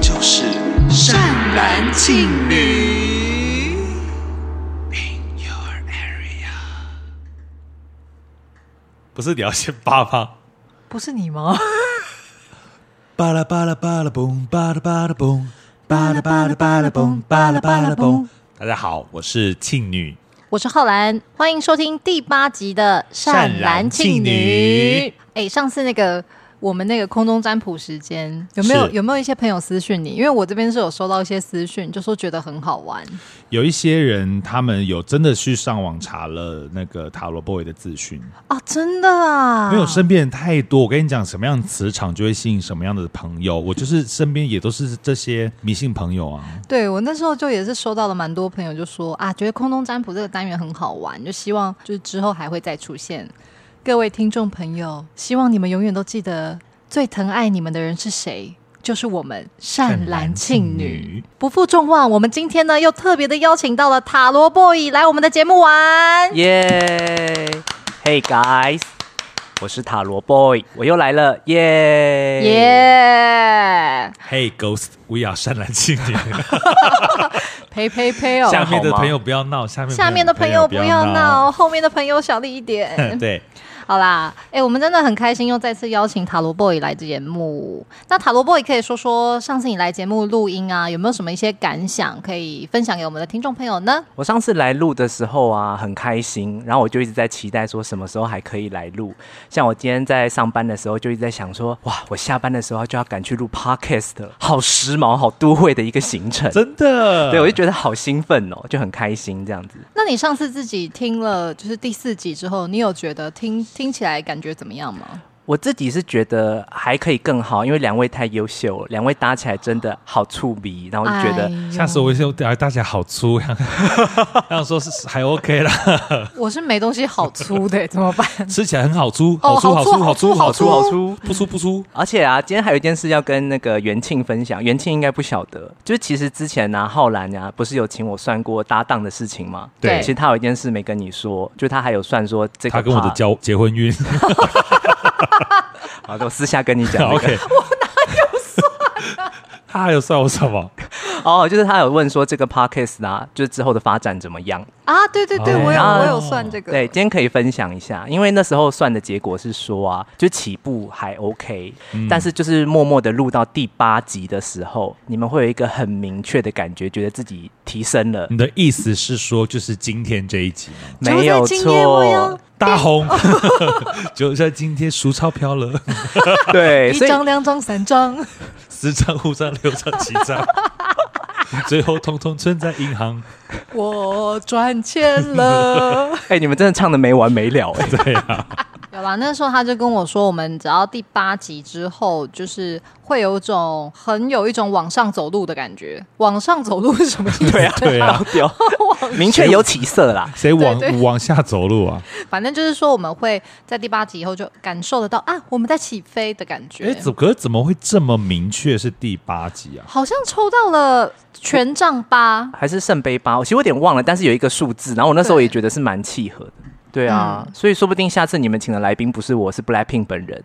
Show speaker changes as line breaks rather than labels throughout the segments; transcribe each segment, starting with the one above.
就是善男信女。In your area，
不是你要先扒吗？
不是你吗？
巴拉巴拉巴拉嘣，巴拉巴拉嘣，巴拉巴拉巴拉嘣，巴拉巴拉嘣。大家好，我是庆女。
我是浩然，欢迎收听第八集的
善男信女。
哎，上次那个我们那个空中占卜时间，有没有
是
有没有一些朋友私讯你？因为我这边是有收到一些私讯，就说觉得很好玩。
有一些人，他们有真的去上网查了那个塔罗 boy 的资讯，
啊，真的啊，
因为我身边人太多。我跟你讲，什么样的磁场就会吸引什么样的朋友。我就是身边也都是这些迷信朋友啊。
对我那时候就也是收到了蛮多朋友就说啊，觉得空中占卜这个单元很好玩，就希望就是之后还会再出现。各位听众朋友，希望你们永远都记得，最疼爱你们的人是谁？就是我们善男信
善男信
女
女。
不负众望，我们今天呢又特别的邀请到了塔罗 boy 来我们的节目玩。
耶、h e y guys，我是塔罗 boy，我又来了，耶、
耶！
Hey ghost，we are 善男信 女。
呸呸呸哦！
下面的朋友不要闹，下面
下面的朋友不要闹，
闹。
后面的朋友小力一 点。
对，
好啦，哎、我们真的很开心，又再次邀请塔罗 boy 来节目。那塔罗 boy 可以说说上次你来节目录音啊，有没有什么一些感想可以分享给我们的听众朋友呢？
我上次来录的时候啊，很开心，然后我就一直在期待说什么时候还可以来录。像我今天在上班的时候，就一直在想说，哇，我下班的时候就要赶去录 podcast 了，好时髦、好都会的一个行程。
真的。
对，我就觉得好兴奋哦，就很开心这样子。
那你上次自己听了就是第四集之后，你有觉得听听起来感觉怎么样吗？
我自己是觉得还可以更好，因为两位太优秀了，两位搭起来真的好触鼻，然后就觉得
哎呦
下次我就哎大家好粗， 然后说是还 OK 啦，
我是没东西好粗的、怎么办？
吃起来很好粗，
哦
粗好粗
好粗
粗
好
好
粗
粗
好粗
粗，不粗不粗。
而且啊，今天还有一件事要跟那个元庆分享，元庆应该不晓得，就是其实之前呢、啊浩然呀、不是有请我算过搭档的事情吗？
对
其实他有一件事没跟你说，就他还有算说这个
他跟我的
趴，
交结婚运
好啊的，我私下跟你讲、那个
，OK。我哪有算？ 他还有算我什么？
哦，就是他有问说这个 podcast 啊，就是之后的发展怎么样？
啊，对对对，
哦
我有
啊
我有算这个，
对，今天可以分享一下，因为那时候算的结果是说啊，就起步还 OK，、但
嗯
是就是默默的录到第八集的时候，你们会有一个很明确的感觉，觉得自己提升了。
你的意思是说，就是今天这一集吗？
就在
没有
今夜我要
错，
大红， 就在今天赎钞票了，
对，
一
所以
张两张三 张，
十张、五张、六张、七张， 最后通通存在银行。
我赚钱了。
哎、你们真的唱的没完没了哎、
对啊，
有啦，那时候他就跟我说，我们只要第八集之后，就是会有一种很有一种往上走路的感觉。往上走路是什么意思？
对啊，
对 啊，
丢，明确有起色啦。
谁往
对对
往下走路啊？
反正就是说，我们会在第八集以后就感受得到啊，我们在起飞的感觉。
哎，怎可是怎么会这么明确是第八集啊？
好像抽到了权杖八，
还是圣杯八，我其实有点忘了，但是有一个数字，然后我那时候
对嗯
也觉得是蛮契合的。对啊，所以说不定下次你们请的来宾不是我，是 BLACKPINK 本人。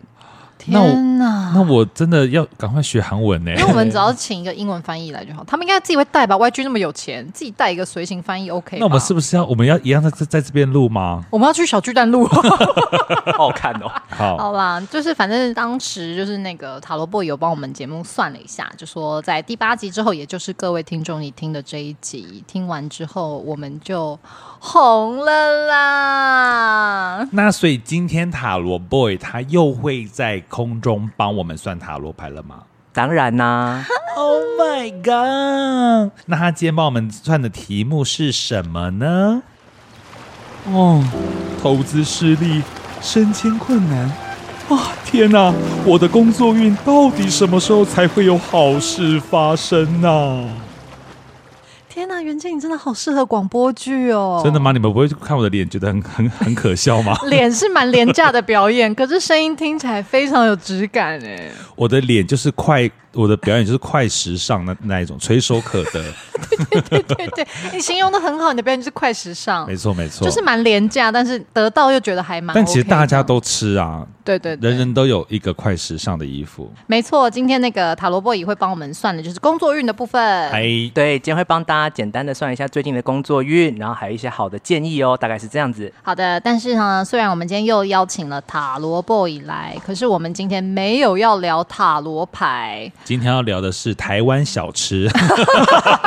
那我
天哪！
那我真的要赶快学韩文呢、
因为我们只要请一个英文翻译来就好，他们应该自己会带吧？YG 那么有钱，自己带一个随行翻译 OK 吧。
那我们是不是要我们要一样在这在这边录吗？
我们要去小巨蛋录？
好好看哦。
好，
好啦，就是反正当时就是那个塔罗 boy 有帮我们节目算了一下，就说在第八集之后，也就是各位听众你听的这一集，听完之后我们就红了啦。
那所以今天塔罗 boy 他又会在空中帮我们算塔罗牌了吗
当然啦、
？Oh my god！那他今天帮我们算的题目是什么呢？哦，投资失利，升迁困难。啊，天哪！我的工作运到底什么时候才会有好事发生呢、
天呐、袁静，你真的好适合广播剧哦！
真的？吗？你们不会看我的脸觉得很很很可笑吗？
脸是蛮廉价的表演，可是声音听起来非常有质感哎。
我的脸就是快我的表演就是快时尚那那一种垂手可 得，
对对，你哎形容的很好，你的表演就是快时尚
没，错没错，
就是蛮廉价，但是得到又觉得还蛮 OK 的。
但其实大家都吃啊，
对对对，
人人都有一个快时尚的衣服。
没错。今天那个塔罗波也会帮我们算的，就是工作运的部分。
哎，
对，今天会帮大家简单的算一下最近的工作运，然后还有一些好的建议哦，大概是这样子。
好的，但是呢，虽然我们今天又邀请了塔罗 boy 来，可是我们今天没有要聊塔罗牌，
今天要聊的是台湾小吃，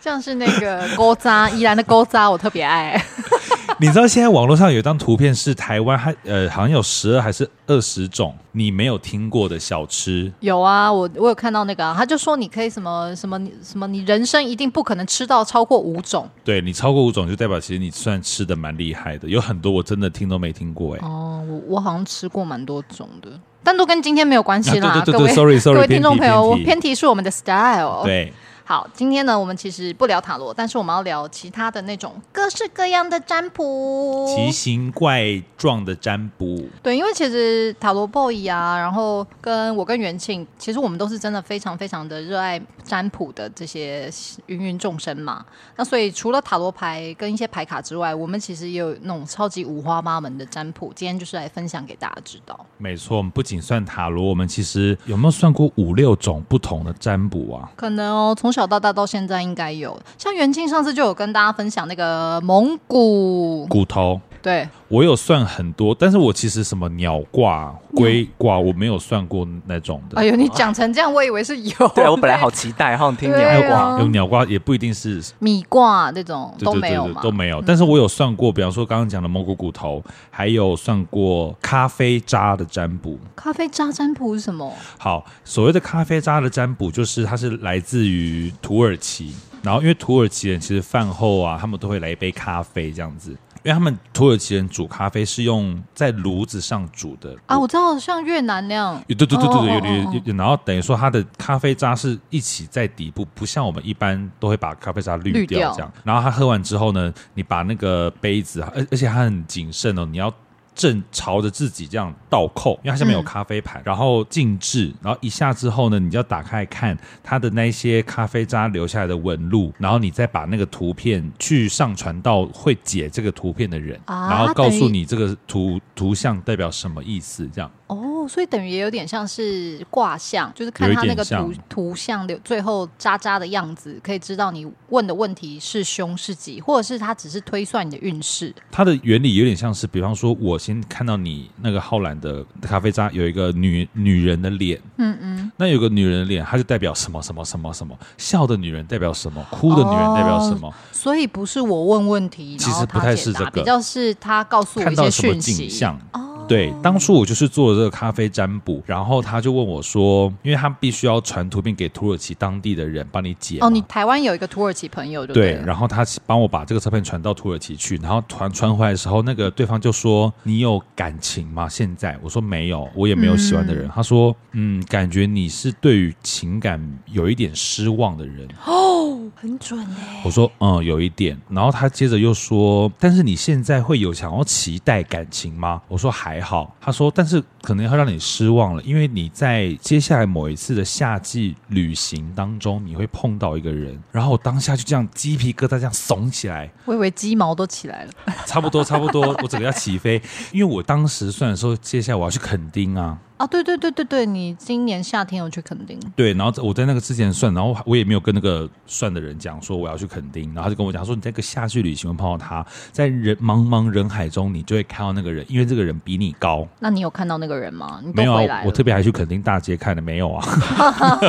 像是那个勾扎，宜兰的勾扎，我特别爱。
你知道现在网络上有一张图片是台湾还呃好像有十二还是二十种你没有听过的小吃，
有啊，我我有看到那个、啊，他就说你可以什么什么你什么，你人生一定不可能吃到超过五种
对你超过五种就代表其实你算吃的蛮厉害的，有很多我真的听都没听过哎、
哦。我我好像吃过蛮多种的，但都跟今天没有关系啦。
啊对对对对
各位
sorry，sorry，
各位听众朋
偏题
友，我
偏题
偏题是我们的 style。。
对，
好，今天呢，我们其实不聊塔罗，但是我们要聊其他的那种各式各样的占卜。
奇形怪状的占卜，
对，因为其实塔罗 boy 啊，然后跟我跟元庆，其实我们都是真的非常非常的热爱占卜的这些芸芸众生嘛。那所以除了塔罗牌跟一些牌卡之外，我们其实也有那种超级五花八门的占卜。今天就是来分享给大家知道。
没错，我们不仅算塔罗，我们其实有没有算过五六种不同的占卜啊？
可能哦，从小到大到现在应该有，像元庆上次就有跟大家分享那个蒙古，
骨头，
对，
我有算很多，但是我其实什么鸟卦、龟卦，我没有算过那种的。
哎呦，你讲成这样，我以为是有。
对啊，我本来好期待，好想听你
哦对
还
来
有
啊
哇。
有鸟卦也不一定是
米卦这种
对
都
对
没
对
有
对
嘛，嗯
都没有，但是我有算过，比方说刚刚讲的蘑菇骨头，还有算过咖啡渣的占卜。
咖啡渣占卜是什么？
好，所谓的咖啡渣的占卜，就是它是来自于土耳其，然后因为土耳其人其实饭后啊，他们都会来一杯咖啡这样子，因为他们土耳其人煮咖啡是用在炉子上煮的
啊，我知道，像越南那样，
有对对对对
哦哦
对，有
哦
有有，然后等于说它的咖啡渣是一起在底部，不像我们一般都会把咖啡渣滤
滤
掉
掉
这样。然后它喝完之后呢，你把那个杯子，而而且它很谨慎哦，你要。正朝着自己这样倒扣，因为它下面有
嗯
咖啡盘，然后静置，然后一下之后呢，你就要打开看它的那些咖啡渣留下来的纹路，然后你再把那个图片去上传到会解这个图片的人，
啊
然后告
等
诉
于
你这个图图像代表什么意思，这样。
哦，所以等于也有点像是卦象，就是看
有一
他那
点
个
像
图图像的最后渣渣的样子，可以知道你问的问题是凶是吉，或者是他只是推算你的运势。
它的原理有点像是，比方说，我先看到你那个浩然的咖啡渣有一个女女人的脸，
嗯嗯，
那有个女人的脸，它就代表什么什么什么什么，笑的女人代表什么，哭
哦
的女人代表什么，
所以不是我问问题，
其实
然后他
不太是
解答
这个
比较是他告诉我
看
一
到
些
什么
讯
景
息。哦
象。对，当初我就是做了这个咖啡占卜，然后他就问我说，因为他必须要传图片给土耳其当地的人帮你解嘛。
哦，你台湾有一个土耳其朋友就
对，
了
然后他帮我把这个照片传到土耳其去，然后传传回来的时候，那个对方就说：“你有感情吗？”现在我说没有，我也没有喜欢的人。他说：“嗯，感觉你是对于情感有一点失望的人。”
很准哎、
我说：“嗯，有一点。”然后他接着又说：“但是你现在会有想要期待感情吗？”我说：“还好。”他说：“但是可能要让你失望了，因为你在接下来某一次的夏季旅行当中，你会碰到一个人。”然后我当下就这样鸡皮疙瘩这样耸起来，
我以为鸡毛都起来了。
差不多，差不多，我整个要起飞，因为我当时算的时候，接下来我要去垦丁啊，
啊，对对对对对，你今年夏天有去垦丁，
对，然后我在那个之前算，然后我也没有跟那个算的人讲说我要去垦丁，然后他就跟我讲说你这个夏季旅行会碰到他，在人茫茫人海中你就会看到那个人，因为这个人比你高。
那你有看到那个人吗？你都
没有
回
啊
来，
我
了
特别还去垦丁大街看的，没有啊，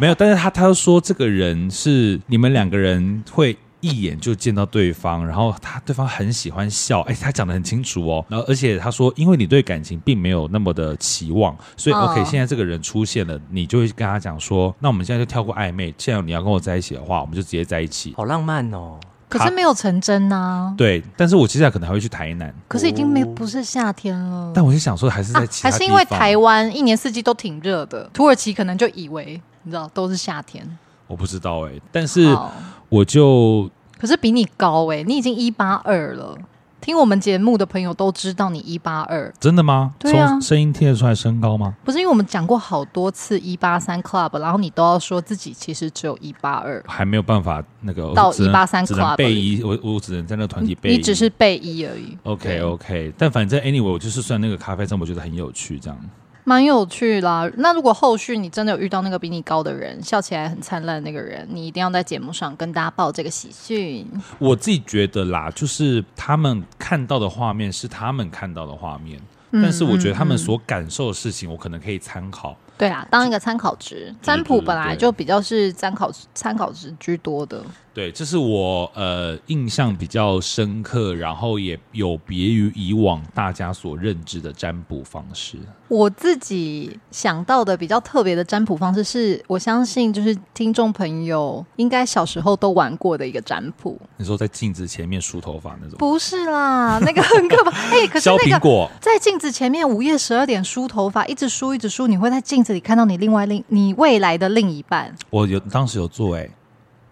没有。但是他他就说这个人是你们两个人会一眼就见到对方，然后他对方很喜欢笑，哎，他讲的很清楚哦。然后而且他说，因为你对感情并没有那么的期望，所以
嗯
OK，、现在这个人出现了，你就会跟他讲说，那我们现在就跳过暧昧，既然你要跟我在一起的话，我们就直接在一起。
好浪漫哦！
可是没有成真呐、
对，但是我接下来可能还会去台南，
可是已经没不是夏天了。
但我就想说，还是在
啊，
其他
还
地方、
是因为台湾一年四季都挺热的，土耳其可能就以为你知道都是夏天。哦
我不知道哎、但是
好
我就
欸可是比你高哎、你已经一八二了，听我们节目的朋友都知道你一八二，
真的吗？
对啊
从声音听得出来身高吗？
不是因为我们讲过好多次一八三 club，然后你都要说自己其实只有一八二，
还没有办法那个
到
我只能
183
只能
club
背一，我我只能在那个团体背一。
你只是背嗯一而已。
OK
对
OK，但反正 anyway，我就是算那个咖啡生，我觉得很有趣，这样
蛮有趣啦。那如果后续你真的有遇到那个比你高的人，笑起来很灿烂的那个人，你一定要在节目上跟大家报这个喜讯。
我自己觉得啦，就是他们看到的画面是他们看到的画面，
嗯
但是我觉得他们所感受的事情，我可能可以参考。
对啦，当一个参考值，占卜本来就比较是参考参考值居多的。
对，这是我呃印象比较深刻，然后也有别于以往大家所认知的占卜方式。
我自己想到的比较特别的占卜方式是，我相信就是听众朋友应该小时候都玩过的一个占卜，
你说在镜子前面梳头发那种，
不是啦，那个很可怕。哎、可是
削
那
苹
个
果，
在镜子前面午夜十二点梳头发，一直梳一直梳，你会在镜子里看到你另外另你未来的另一半。
我有当时有做哎、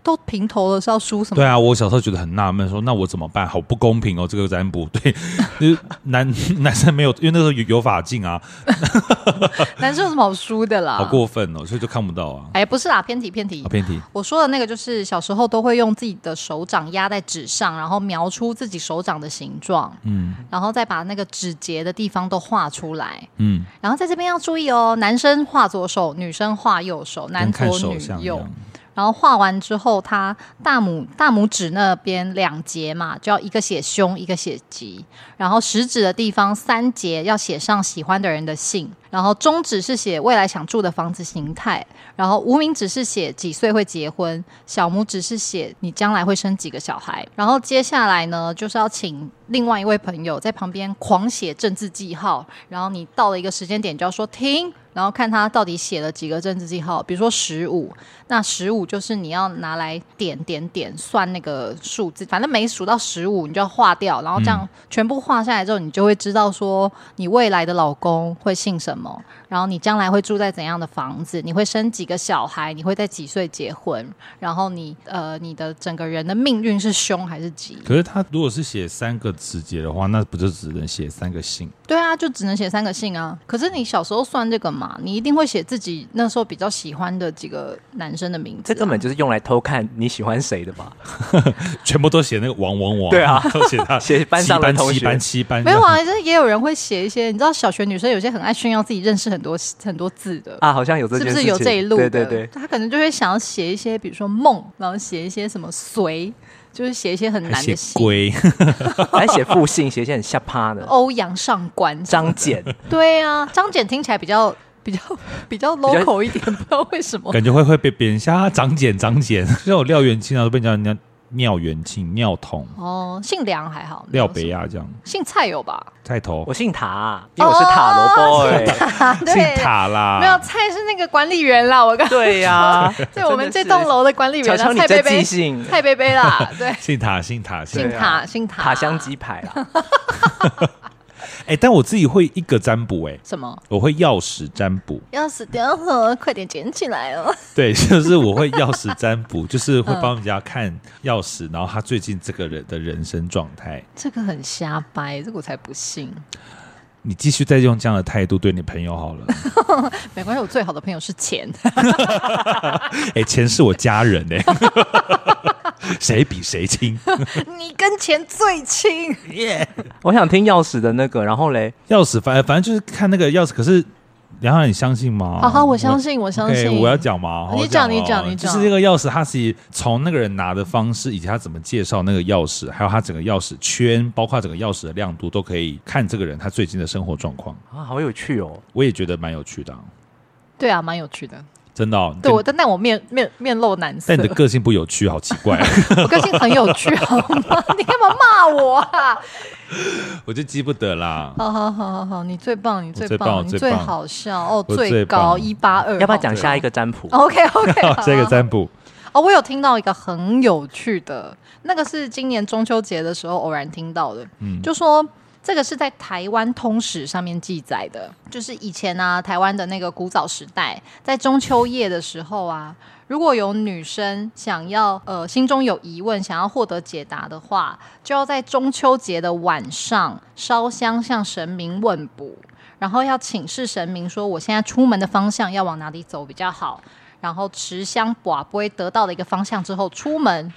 都平头了是要梳什么？
对啊，我小时候觉得很纳闷，说那我怎么办？好不公平哦，这个占卜对， 就是男 男生没有，因为那时候有有法镜啊，
男生有什么好梳的啦？
好过分哦，所以就看不到啊。
哎，不是啦，偏题偏题
啊，。偏题，
我说的那个就是小时候都会用自己的手掌压在纸上，然后描出自己手掌的形状，
嗯
然后再把那个指节的地方都画出来。
嗯，
然后在这边要注意哦，男生画左手，女生画右手，男
跟看
左
手相
女
一
右
样。。
然后画完之后，他大拇大拇指那边两节嘛，就要一个写胸，一个写吉。然后食指的地方三节要写上喜欢的人的姓，然后中指是写未来想住的房子形态，然后无名指是写几岁会结婚，小拇指是写你将来会生几个小孩。然后接下来呢，就是要请另外一位朋友在旁边狂写政治记号，然后你到了一个时间点就要说停。然后看他到底写了几个政治记号，比如说十五，那十五就是你要拿来点点点算那个数字，反正每数到十五你就要划掉，然后这样全部划下来之后，你就会知道说你未来的老公会姓什么，然后你将来会住在怎样的房子，你会生几个小孩，你会在几岁结婚，然后你呃你的整个人的命运是凶还是吉？
可是他如果是写三个字节的话，那不就只能写三个姓？
对啊，就只能写三个姓啊。可是你小时候算这个嘛，你一定会写自己那时候比较喜欢的几个男生的名字啊、
这根本就是用来偷看你喜欢谁的吧？
全部都写那个王王王，
对啊
都写他
写班上
七
的
班
同学
七班七班，哎
没有啊，就是也有人会写一些，你知道小学女生有些很爱炫耀自己认识很多很多字的。
啊，好像有这
是
件
不
事情，
是有这一路的？
对对对，
他可能就会想要写一些，比如说梦，然后写一些什么随，就是写一些很
还
难
写
的姓，
龟，
还写复姓，写一些很下趴的。
欧阳上官。
张简，
对啊，张简听起来比较比较比较 local 一点，不知道为什 么。
感觉会会被别人像啊长茧长茧， 像我廖元庆啊，都被人家尿元庆、尿桶、
哦，姓梁还好，没有
廖北啊
什么，
亚这样，
姓蔡有吧？
菜头
我姓塔，啊因
哦
为我是塔罗 boy。
啊，
姓
对，
塔啦，
没有蔡是那个管理员啦，我刚
对呀，
对我们
真
这
的是
栋楼的管理员啦，
瞧瞧你
蔡
在
贝
记
贝，
性，
蔡贝贝啦， 对。
姓塔姓塔姓塔。
姓
对啊
塔，姓塔，
塔香鸡排啦。
哎、但我自己会一个占卜、哎，
什么？
我会钥匙占卜，
要死掉了，快点捡起来哦！
对， 就是我会钥匙占卜，就是会帮人家看钥匙，然后他最近这个人的人生状态。
这个很瞎掰，这个我才不信。
你继续再用这样的态度对你朋友好了。
没关系，我最好的朋友是钱。
哎、钱是我家人哎、谁比谁亲？
你跟钱最亲。
我想听钥匙的那个，然后嘞，
钥匙反反正就是看那个钥匙，可是梁浩，你相信吗？
哦好好，我相信，我相
OK，
信。
我要讲吗？
你
我
讲
哦
你讲你讲
就是这个钥匙，它是从那个人拿的方式，以及他怎么介绍那个钥匙，还有他整个钥匙圈，包括整个钥匙的亮度，都可以看这个人他最近的生活状况。
啊，好有趣哦。
我也觉得蛮有趣的啊、
对啊，蛮有趣的。
真的、哦。
对我，
但
但但我面面面露难色
但。你的个性不有趣，好奇怪、
我个性很有趣，好吗？ 你干嘛骂我啊？
我就记不得 啦。
好好好好好，你最棒，你最
最棒我
你
最
最
棒
好笑哦，
我最
高
棒
一八二。
要不要讲下一个占卜？
？OK OK，
好，这个占卜，
啊哦，我有听到一个很有趣的，那个是今年中秋节的时候偶然听到的，
嗯
就说。这个是在台湾通史上面记载的，就是以前啊，台湾的那个古早时代，在中秋夜的时候啊，如果有女生想要呃心中有疑问，想要获得解答的话，就要在中秋节的晚上烧香向神明问卜，然后要请示神明说我现在出门的方向要往哪里走比较好，然后持香寡不会得到的一个方向之后出门。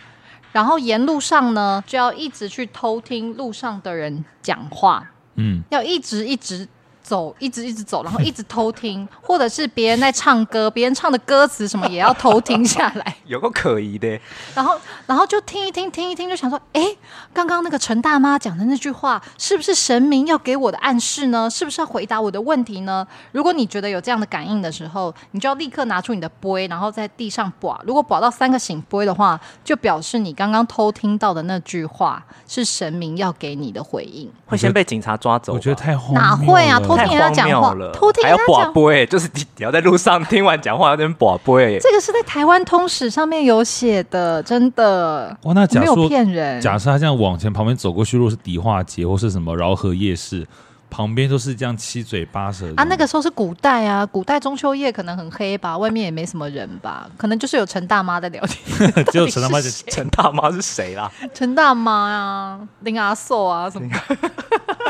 然后沿路上呢，就要一直去偷听路上的人讲话，
嗯，
要一直一直走，一直一直走，然后一直偷听，或者是别人在唱歌，别人唱的歌词什么也要偷听下来，
有个可疑的，
然后然后就听一听，听一听，就想说，诶，刚刚那个陈大妈讲的那句话，是不是神明要给我的暗示呢？是不是要回答我的问题呢？如果你觉得有这样的感应的时候，你就要立刻拿出你的杯，然后在地上把，如果把到三个醒杯的话，就表示你刚刚偷听到的那句话是神明要给你的回应。
会先被警察抓走吧。
我觉得太荒谬
哪会啊
了
偷听
太
太
人家讲
荒谬
话
了，
偷听
还要
人家
寡
讲
播哎，就是你你要在路上听完讲话，要在那边寡播哎。
这个是在台湾通史上面有写的，真的。
哇，那
我
假
没有
说
骗人，
假设他这样往前旁边走过去，如果是迪化街或是什么饶河夜市，旁边都是这样七嘴八舌的。
啊，那个时候是古代啊，古代中秋夜可能很黑吧，外面也没什么人吧，可能就是有陈大妈在聊天
只有陈大妈
到底是谁
陈大妈是谁啦？
陈大妈啊，林阿寿啊什么，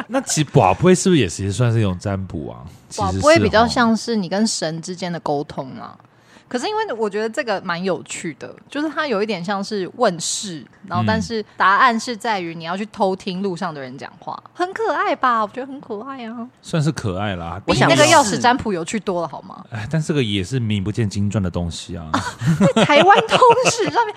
那其实卜龟是不是也其实算是一种占卜啊？
哇，
其实
不会
是
比较
哦
像是你跟神之间的沟通啊。可是因为我觉得这个蛮有趣的，就是它有一点像是问世，然后但是答案是在于你要去偷听路上的人讲话，很可爱吧？我觉得很可爱啊，
算是可爱啦。啊
我
比
想
那个
是
钥匙占卜有趣多了好吗？
哎，但这个也是名不见经传的东西啊。
台湾通史上面，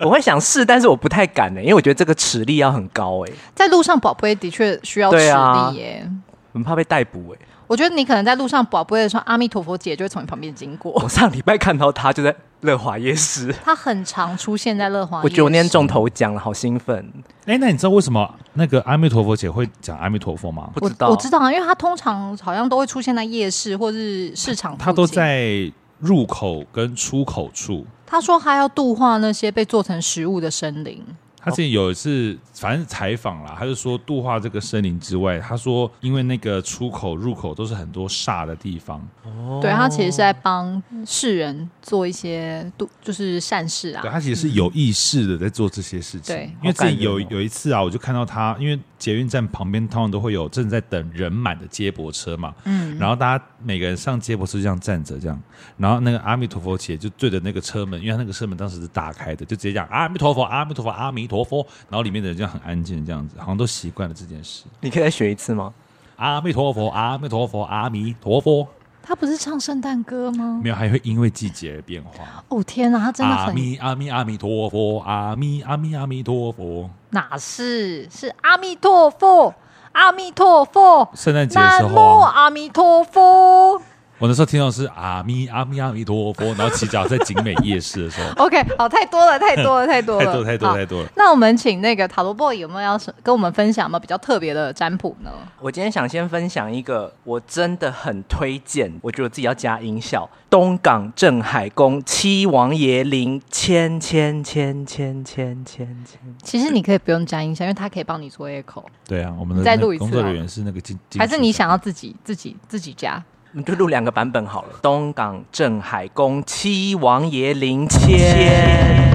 我会想试，但是我不太敢哎，因为我觉得这个齿力要很高哎，
在路上宝贝的确需要吃
对啊
力耶。
很怕被逮捕哎。
我觉得你可能在路上宝贝的时候，阿弥陀佛姐就会从你旁边经过。
我上礼拜看到他就在乐华夜市，
她很常出现在乐华夜市，
我觉得我那天中头奖了，好兴奋。
哎，那你知道为什么那个阿弥陀佛姐会讲阿弥陀佛吗？
不
我
知道，
我知道啊，因为她通常好像都会出现在夜市或是市场附近，
她都在入口跟出口处。
她说她要度化那些被做成食物的生灵，
她之前有一次，反正采访啦，她就说度化这个森林之外，她说因为那个出口、入口都是很多煞的地方，哦
对她其实是在帮世人做一些度就是善事
对
啊。
他其实是有意识的在做这些事情。
对
因为
好
自
感
己
人
有
哦
有一次啊，我就看到他，因为捷运站旁边通常都会有正在等人满的接驳车嘛，嗯，然后大家每个人上接驳车就这样站着这样，然后那个阿弥陀佛姐就对着那个车门，因为他那个车门当时是打开的，就直接讲阿弥陀佛，阿弥陀佛，阿弥陀佛，然后里面的人就很安静这样子，好像都习惯了这件事。
你可以再学一次吗？
阿弥陀佛，阿弥陀佛，阿弥陀佛，
她不是唱圣诞歌吗？
没有，还会因为季节而变化。
哦天哪，她真的
阿
很
弥阿弥阿弥陀佛，阿弥阿弥阿弥陀佛。
哪是是阿弥陀佛，阿弥陀佛，
圣诞节的时候
南无
啊、
阿弥陀佛。，
我那时候听到的是阿弥阿弥阿弥陀佛，然后骑脚在景美夜市的时候
OK，好，太多了，太 多了， 太多了，
太
啊
多太多
好
太多了。
那我们请那个塔罗 boy 有没有要是跟我们分享有没有比较特别的占卜呢？
我今天想先分享一个，我真的很推荐，我觉得我自己要加音效。东港镇海宫七王爷陵，千千千千千千千，
其实你可以不用加音响，因为他可以帮你做 echo，
对啊，我们的
你再
那个
录一次
工作
好
人
了
员是那个金，金
还是
属的
你想要自己自己自己加？
我们就录两个版本好了。东港镇海宫七王爷陵，千。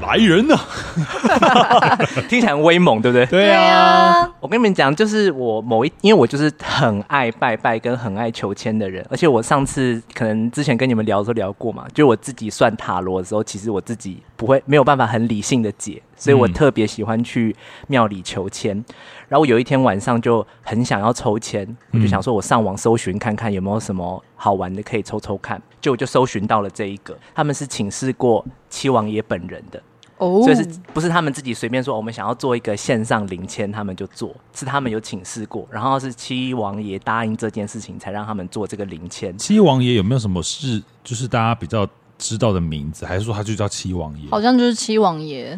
来人啊呐、
听起来很威猛，对不对？
对啊，
啊，
我跟你们讲，就是我某一，因为我就是很爱拜拜跟很爱求签的人，而且我上次可能之前跟你们聊的时候聊过嘛，就我自己算塔罗的时候，其实我自己不会没有办法很理性的解，所以我
嗯
特别喜欢去庙里求签。然后有一天晚上就很想要抽签，我就想说我上网搜寻看看有没有什么好玩的可以抽抽看，就我就搜寻到了这一个，他们是请示过七王爷本人的。
哦
所以是不是他们自己随便说、哦我们想要做一个线上零签，他们就做，是他们有请示过，然后是七王爷答应这件事情，才让他们做这个零签。
七王爷有没有什么是就是大家比较知道的名字，还是说他就叫七王爷？
好像就是七王爷，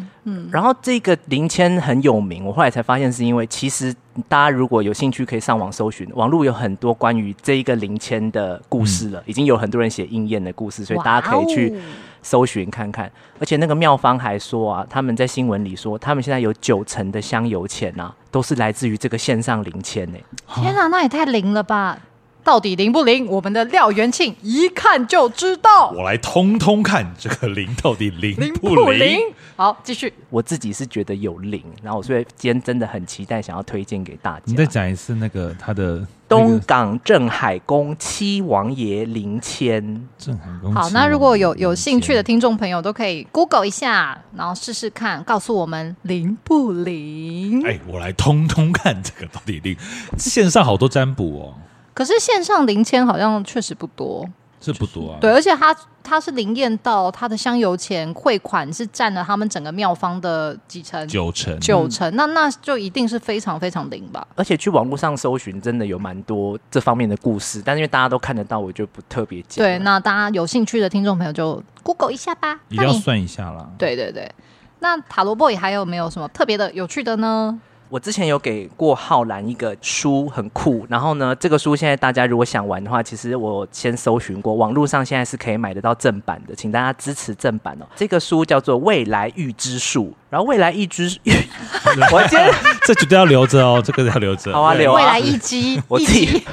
然后这个零签很有名，我后来才发现是因为其实大家如果有兴趣，可以上网搜寻，网络有很多关于这一个零签的故事了，已经有很多人写应验的故事，所以大家可以去
嗯哇哦
搜寻看看。而且那个妙方还说啊，他们在新闻里说，他们现在有九成的香油钱啊，都是来自于这个线上零签呢、
天哪，那也太灵了吧！到底灵不灵？我们的廖元庆一看就知道
我来通通看这个零到底灵
灵
不
灵。好，继续。
我自己是觉得有灵，然后我所以今天真的很期待，想要推荐给大
你再
家。
讲一次那个他的
东港镇海宫七王爷灵签，
正海公
好，那如果有有兴趣的听众朋友，都可以 Google 一下，然后试试看，告诉我们灵不灵。
哎，我来通通 看这个到底灵。线上好多占卜哦，
可是线上灵签好像确实不多，
这不多啊。
对，，而且他他是灵验到他的香油钱汇款是占了他们整个庙方的几成
九成
九成，那那就一定是非常非常灵吧。
而且去网络上搜寻，真的有蛮多这方面的故事，但是因为大家都看得到，我就不特别讲了。
对，那大家有兴趣的听众朋友就 Google 一下吧。
一
那
定要
你
算一下啦。
对对对，那塔罗 boy 还有没有什么特别的有趣的呢？
我之前有给过浩然一个书，很酷。然后呢，这个书现在大家如果想玩的话，其实我先搜寻过，网络上现在是可以买得到正版的，请大家支持正版哦。这个书叫做《未来预知术》，然后未来预知， 我 今天
这绝对要留着哦，这个要留着。
好啊留有，
未来一击
我
一
自己
击，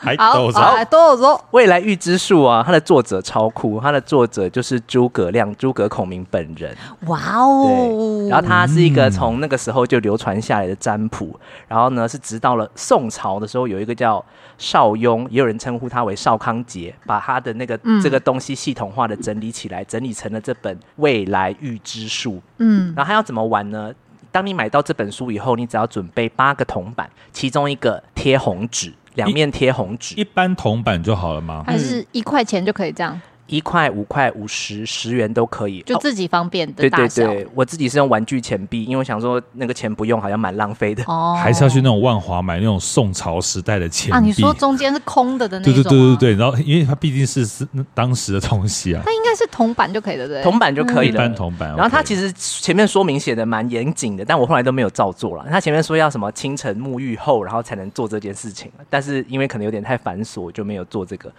还
好，
抖
好，来
着。
都有说。
未来预知术啊，它的作者超酷，它的作者就是诸葛亮、诸葛孔明本人。
哇
对，
哦！
然后它是一个从那个时候就流传下来的占卜，然后呢是直到了宋朝的时候，有一个叫邵雍，也有人称呼他为邵康节，把他的那个、
嗯
这个东西系统化的整理起来，整理成了这本《未来预知术》。
嗯，
然后它要怎么玩呢？当你买到这本书以后，你只要准备八个铜板，其中一个贴红纸，两面贴红纸，
一般铜板就好了吗？
还
嗯
是一块钱就可以这样，
一块、五块、五十、十元都可以，
就
哦
自己方便的
对
大
对
小。
对，我自己是用玩具钱币，因为我想说那个钱不用好像蛮浪费 的。
哦，
还是要去那种万华买那种宋朝时代的钱币？
啊？你说中间是空的的那
对
种啊吗？
对对对对，然后因为它毕竟是是当时的东西啊，
它应该是铜板就可以的，对不对？
铜板就可以
一
了。
般铜板。
然后它
OK
其实前面说明写的蛮严谨的，但我后来都没有照做了。它前面说要什么清晨沐浴后，然后才能做这件事情，但是因为可能有点太繁琐，我就没有做这个。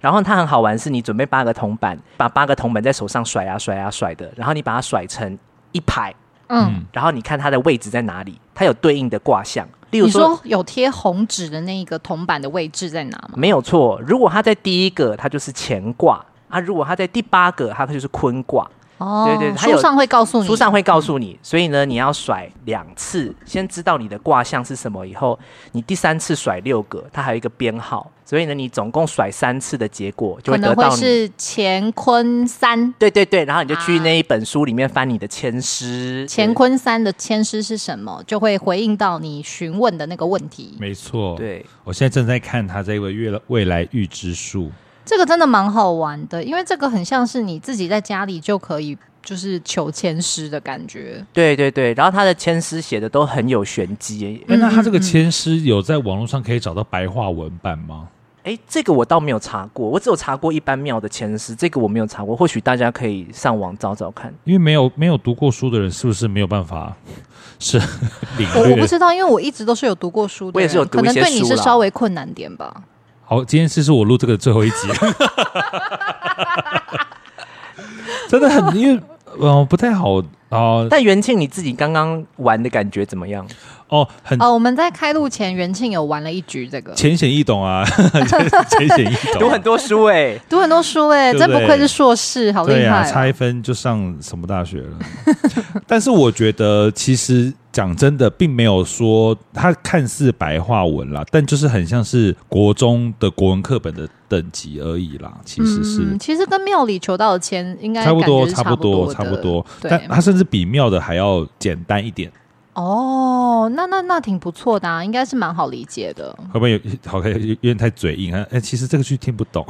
然后它很好玩，是你准备八个铜板，把八个铜板在手上甩啊甩啊甩的，然后你把它甩成一排，
嗯，
然后你看它的位置在哪里，它有对应的卦象。例如
你说有贴红纸的那一个铜板的位置在哪吗？
没有错，如果它在第一个，它就是乾卦。啊，如果它在第八个，它就是坤卦。
哦，
对对它有
书上会告诉你，
书上会告诉你，所以呢，你要甩两次，先知道你的卦象是什么，以后你第三次甩六个，它还有一个编号，所以呢，你总共甩三次的结果就
可
会
能
得
会
到你。
是乾坤三，
对对对，然后你就去
啊
那一本书里面翻你的签诗，
乾坤三的签诗是什么，就会回应到你询问的那个问题。
没
啊
错，
对，
我现在正在看他这位未未来预知 术，
这个真的蛮好玩的，因为这个很像是你自己在家里就可以就是求签诗的感觉。
对对对，然后他的签诗写的都很有玄
嗯
机。
哎，那他这个签诗有在网络上可以找到白话文版吗？
哎，这个我倒没有查过，我只有查过一般庙的签诗，这个我没有查过，或许大家可以上网找找看。
因为没有没有读过书的人，是不是没有办法是领
我我不
略？
知道，因为我一直都是有读过书的人，
我也是有读
可能
一些
对你
书
是
啦
稍微困难点吧。
好，今天这是我录这个最后一集， 真的很因为嗯、呃不太好哦
但元庆你自己刚刚玩的感觉怎么样？
哦，很
哦，我们在开录前，元庆有玩了一局这个，
浅显易懂啊， 浅显易懂，
读很多书哎、
读很多书哎、
对不
真
对
不愧是硕士，好
对
厉
呀，
害、哦
差一分就上什么大学了。 但是我觉得，其实讲真的，并没有说它看似白话文啦，但就是很像是国中的国文课本的等级而已啦。其实是、
嗯，其实跟庙里求到的签应该
差不多，
感觉是
差不
多
多，
的，
差不多。
对
但它甚至比妙的还要简单一点。
哦，那那那挺不错的、啊，应该是蛮好理解的。
会不会有好像有有点太嘴硬啊？哎，其实这个剧听不懂。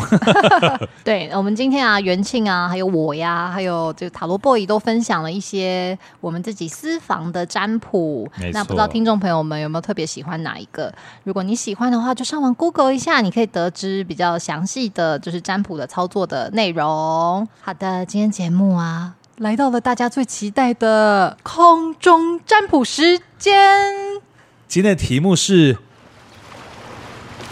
对，我们今天啊，元庆啊，还有我呀，还有这个塔罗 boy 都分享了一些我们自己私房的占卜
没。
那不
错
知道听众朋友们有没有特别喜欢哪一个？如果你喜欢的话，就上网 Google 一下，你可以得知比较详细的就是占卜的操作的内容。好的，今天节目啊，来到了大家最期待的空中占卜时间。
今天的题目是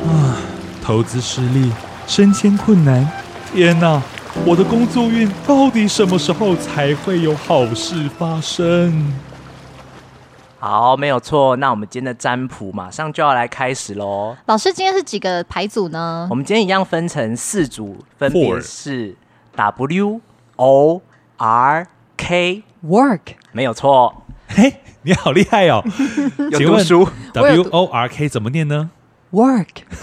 啊，投资失利，升迁困难。天哪，我的工作运到底什么时候才会有好事发生？
好，没有错。那我们今天的占卜马上就要来开始喽。
老师今天是几个牌组呢
我？们今天一样分成四组，分别
Four
是 W O R K，
work
没有错，
嘿，你好厉害 哦！
有
请
读
问
书。
我有
W
读
O R K 怎么念呢？
work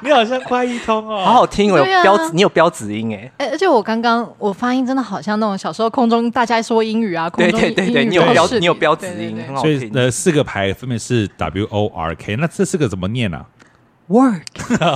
你好像快一通哦。
好好听哦，有
对啊
标子，你有标子音哎，
哎、而且我刚刚我发音真的好像那种小时候空中大家说英语啊，空
对
中
对对对，
英语
你有
考
标
试
你有
里
标子
对对
音，
对
很好
所以
听。
呃，四个牌分别是 W O R K，那这四个怎么念啊
work。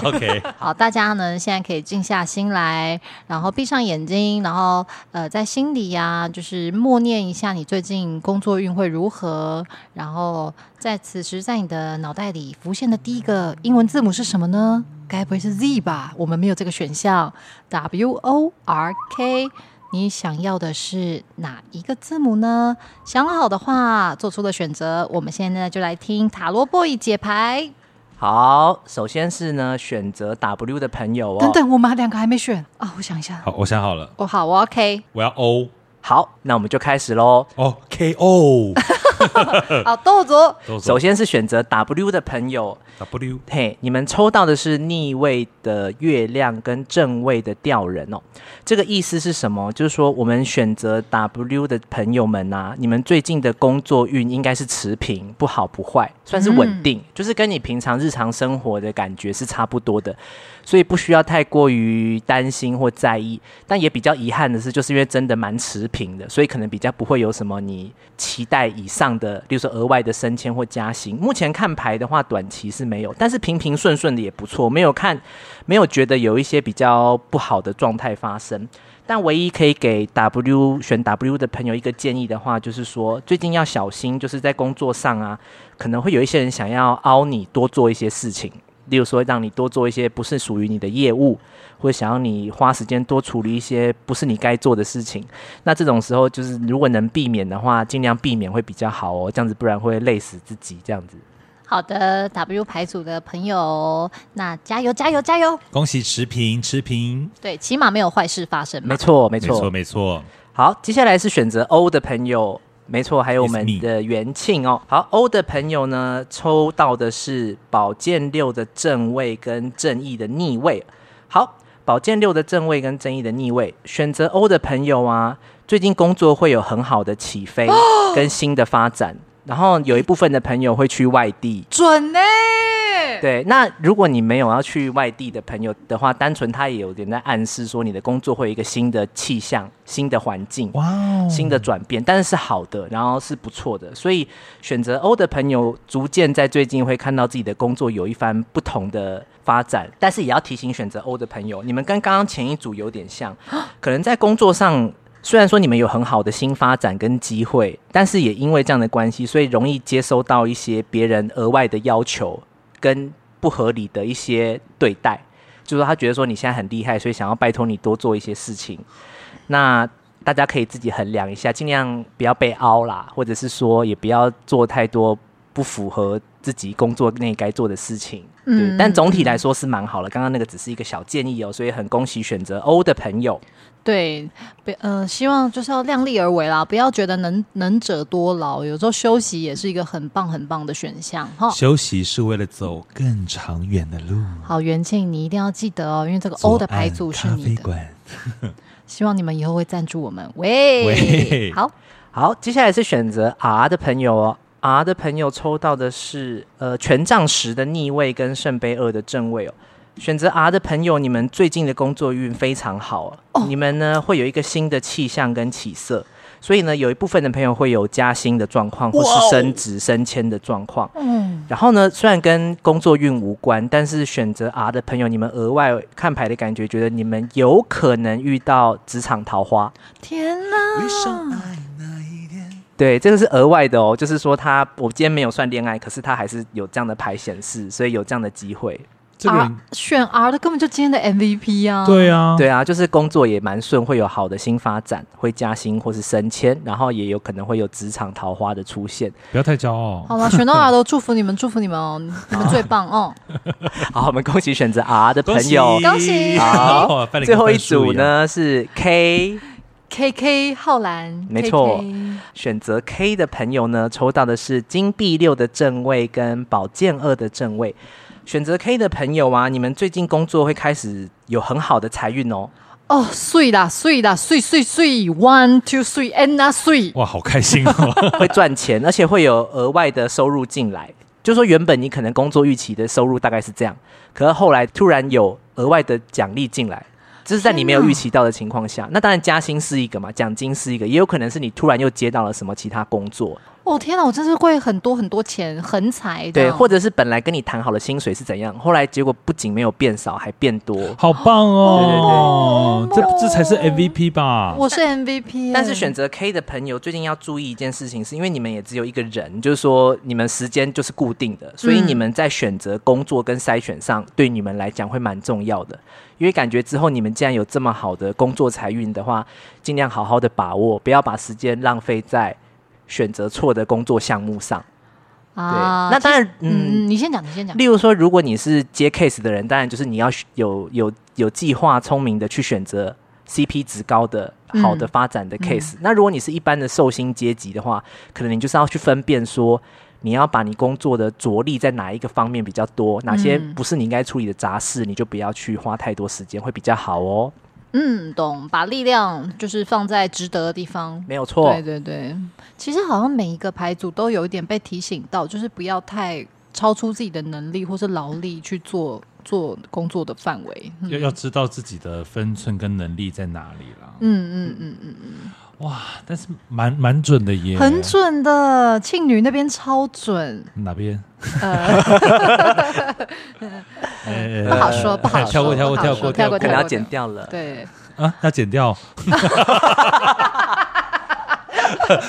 ？OK，
好，大家呢现在可以静下心来，然后闭上眼睛，然后呃在心里呀、就是默念一下你最近工作运会如何，然后在此时在你的脑袋里浮现的第一个英文字母是什么呢？该不会是 Z 吧？我们没有这个选项。W O R K。你想要的是哪一个字母呢？想好的话，做出的选择。我们现在就来听塔罗 boy 解牌。
好，首先是呢选择 W 的朋友哦。
等等，我们两个还没选啊！我想一下，
好，我想好了，
我哦好，我 OK。
我要 O
好，那我们就开始喽。
哦 K O，嗯
好，豆子，
都是
首先是选择 W 的朋友，
W
嘿，你们抽到的是逆位的月亮跟正位的吊人哦。这个意思是什么？就是说，我们选择 W 的朋友们呐、你们最近的工作运应该是持平，不好不坏，算是稳定，就是跟你平常日常生活的感觉是差不多的，所以不需要太过于担心或在意。但也比较遗憾的是，就是因为真的蛮持平的，所以可能比较不会有什么你期待以上的，例如说额外的升迁或加薪。目前看牌的话，短期是没有，但是平平顺顺的也不错，没有看，没有觉得有一些比较不好的状态发生。但唯一可以给 W 选 W 的朋友一个建议的话，就是说最近要小心，就是在工作上啊，可能会有一些人想要凹你多做一些事情，例如说让你多做一些不是属于你的业务，或者想要你花时间多处理一些不是你该做的事情。那这种时候，就是如果能避免的话，尽量避免会比较好哦，这样子不然会累死自己。这样子，
好的，W 牌组的朋友，那加油加油加油！
恭喜持平，持平，
对，起码没有坏事发生嘛
没。错，没
没错
错。
没错，
好，接下来是选择 O 的朋友，没错，还有我
It's
们
me
的元庆哦。好，O 的朋友呢，抽到的是宝剑六的正位跟正义的逆位。好，宝剑六的正位跟正义的逆位，选择 O 的朋友啊，最近工作会有很好的起飞跟新的发展。然后有一部分的朋友会去外地，
准呢、
对，那如果你没有要去外地的朋友的话，单纯他也有点在暗示说你的工作会有一个新的气象、新的环境、
哇哦，
新的转变，但是是好的，然后是不错的。所以选择 O 的朋友，逐渐在最近会看到自己的工作有一番不同的发展，但是也要提醒选择 O 的朋友，你们跟刚刚前一组有点像，可能在工作上。虽然说你们有很好的新发展跟机会，但是也因为这样的关系，所以容易接收到一些别人额外的要求，跟不合理的一些对待，就是说他觉得说你现在很厉害，所以想要拜托你多做一些事情。那大家可以自己衡量一下，尽量不要被凹啦，或者是说也不要做太多不符合自己工作内该做的事情。对，
嗯
但总体来说是蛮好了。刚刚那个只是一个小建议哦，所以很恭喜选择 O 的朋友。
对，不呃，希望就是要量力而为啦，不要觉得能能者多劳，有时候休息也是一个很棒很棒的选项哈。
休息是为了走更长远的路。
好，元庆，你一定要记得哦，因为这个 O 的牌组
左
是
岸咖
你
啡
的，
馆，
希望你们以后会赞助我们。喂，
喂
好，
好，接下来是选择 R 的朋友哦。R 的朋友抽到的是呃权杖十的逆位跟圣杯二的正位哦。选择 R 的朋友，你们最近的工作运非常好、哦，你们呢会有一个新的气象跟起色，所以呢有一部分的朋友会有加薪的状况，或是升职升迁的状况。
嗯，
然后呢，虽然跟工作运无关，但是选择 R 的朋友，你们额外看牌的感觉，觉得你们有可能遇到职场桃花。
天哪，
遇上爱那一天，
对，这个是额外的哦，就是说他我今天没有算恋爱，可是他还是有这样的牌显示，所以有这样的机会。
这个
R, 选 R 的根本就今天的 MVP 啊，
对啊，
对啊，就是工作也蛮顺，会有好的新发展，会加薪或是升迁，然后也有可能会有职场桃花的出现。
不要太骄傲。
好了，选到 R 的祝福你们，祝福你们哦，你们最棒哦！
好，我们恭喜选择 R 的
恭
朋
喜哦
友。
恭喜
好
好，翻了个
最后一
分数
组
样？
呢是 K
K K 浩然，
没错
KK
选择 K 的朋友呢，抽到的是金币六的正位跟宝剑二的正位。选择 K 的朋友啊，你们最近工作会开始有很好的财运哦。
哦，碎啦碎啦碎碎碎，one two three，and 啊碎，
哇，好开心哦！
会赚钱，而且会有额外的收入进来。就说原本你可能工作预期的收入大概是这样，可是后来突然有额外的奖励进来，这是在你没有预期到的情况下。那当然加薪是一个嘛，奖金是一个，也有可能是你突然又接到了什么其他工作，
哦天哪，我真是会很多很多钱，横财
对，或
者
者是本来跟你谈好的薪水是怎样，后来结果不仅没有变少，还变多。
好棒哦！
对对
这
对
这才是 MVP 吧？
我是 MVP，耶
但是选择 K 的朋友最近要注意一件事情，是因为你们也只有一个人，就是说你们时间就是固定的，所以你们在选择工作跟筛选上，对你们来讲会蛮重要的。因为感觉之后你们既然有这么好的工作财运的话，尽量好好的把握，不要把时间浪费在选择错的工作项目上。对，
啊，
那当然，嗯
嗯，你先讲，你先讲，
例如说，如果你是接 case 的人，当然就是你要有有有计划、聪明的去选择 CP 值高的、
嗯
好的发展的 case。那如果你是一般的寿星阶级的话，可能你就是要去分辨说，你要把你工作的着力在哪一个方面比较多，哪些
嗯
不是你应该处理的杂事，你就不要去花太多时间，会比较好哦。
嗯，懂，把力量就是放在值得的地方，
没有错，
对对对，其实好像每一个牌组都有一点被提醒到，就是不要太超出自己的能力或是劳力去做做工作的范围。嗯
要要知道自己的分寸跟能力在哪里啦。
嗯嗯
哇，但是蛮蛮准的耶，
嗯，很。准的，庆女那边超准，
哪边？
呃，
哎
不好说，不好说，
跳过，跳过，
不好
跳
说
过，
跳
过，
可能
跳
要
过
剪掉了。
对，
啊，要剪掉，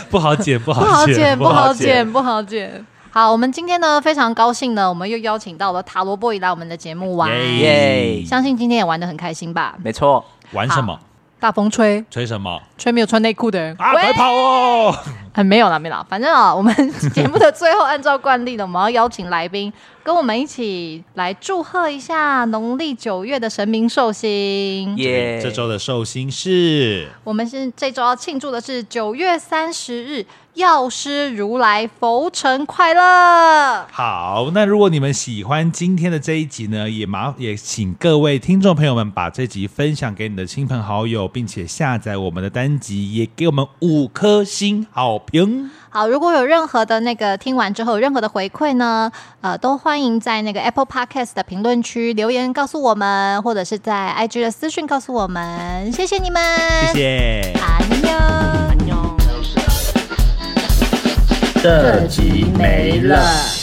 不好剪，不
不好剪，
剪，
不好剪，。不好剪。好，我们今天呢非常高兴呢，我们又邀请到了塔罗 boy 来我们的节目玩，
耶
相信今天也玩的很开心吧？
没错，
玩什么？
大风吹，
吹什么？
吹没有穿内裤的人
啊，
喂
快跑哦！
啊，没有啦，没有啦，反正啊，我们 节目的最后，按照惯例呢，我们要邀请来宾跟我们一起来祝贺一下农历九月的神明寿星。
耶、
这周的寿星是
我们是这周要庆祝的是九月三十日药师如来佛成快乐。
好，那如果你们喜欢今天的这一集呢，也麻也请各位听众朋友们把这集分享给你的亲朋好友，并且下载我们的单集，也给我们五颗星好评。
好，如果有任何的那个听完之后有任何的回馈呢，呃，都欢迎在那个 Apple Podcast 的评论区留言告诉我们，或者是在 IG 的私讯告诉我们。谢谢你们，
谢谢。
安妞，安妞。
这集没了。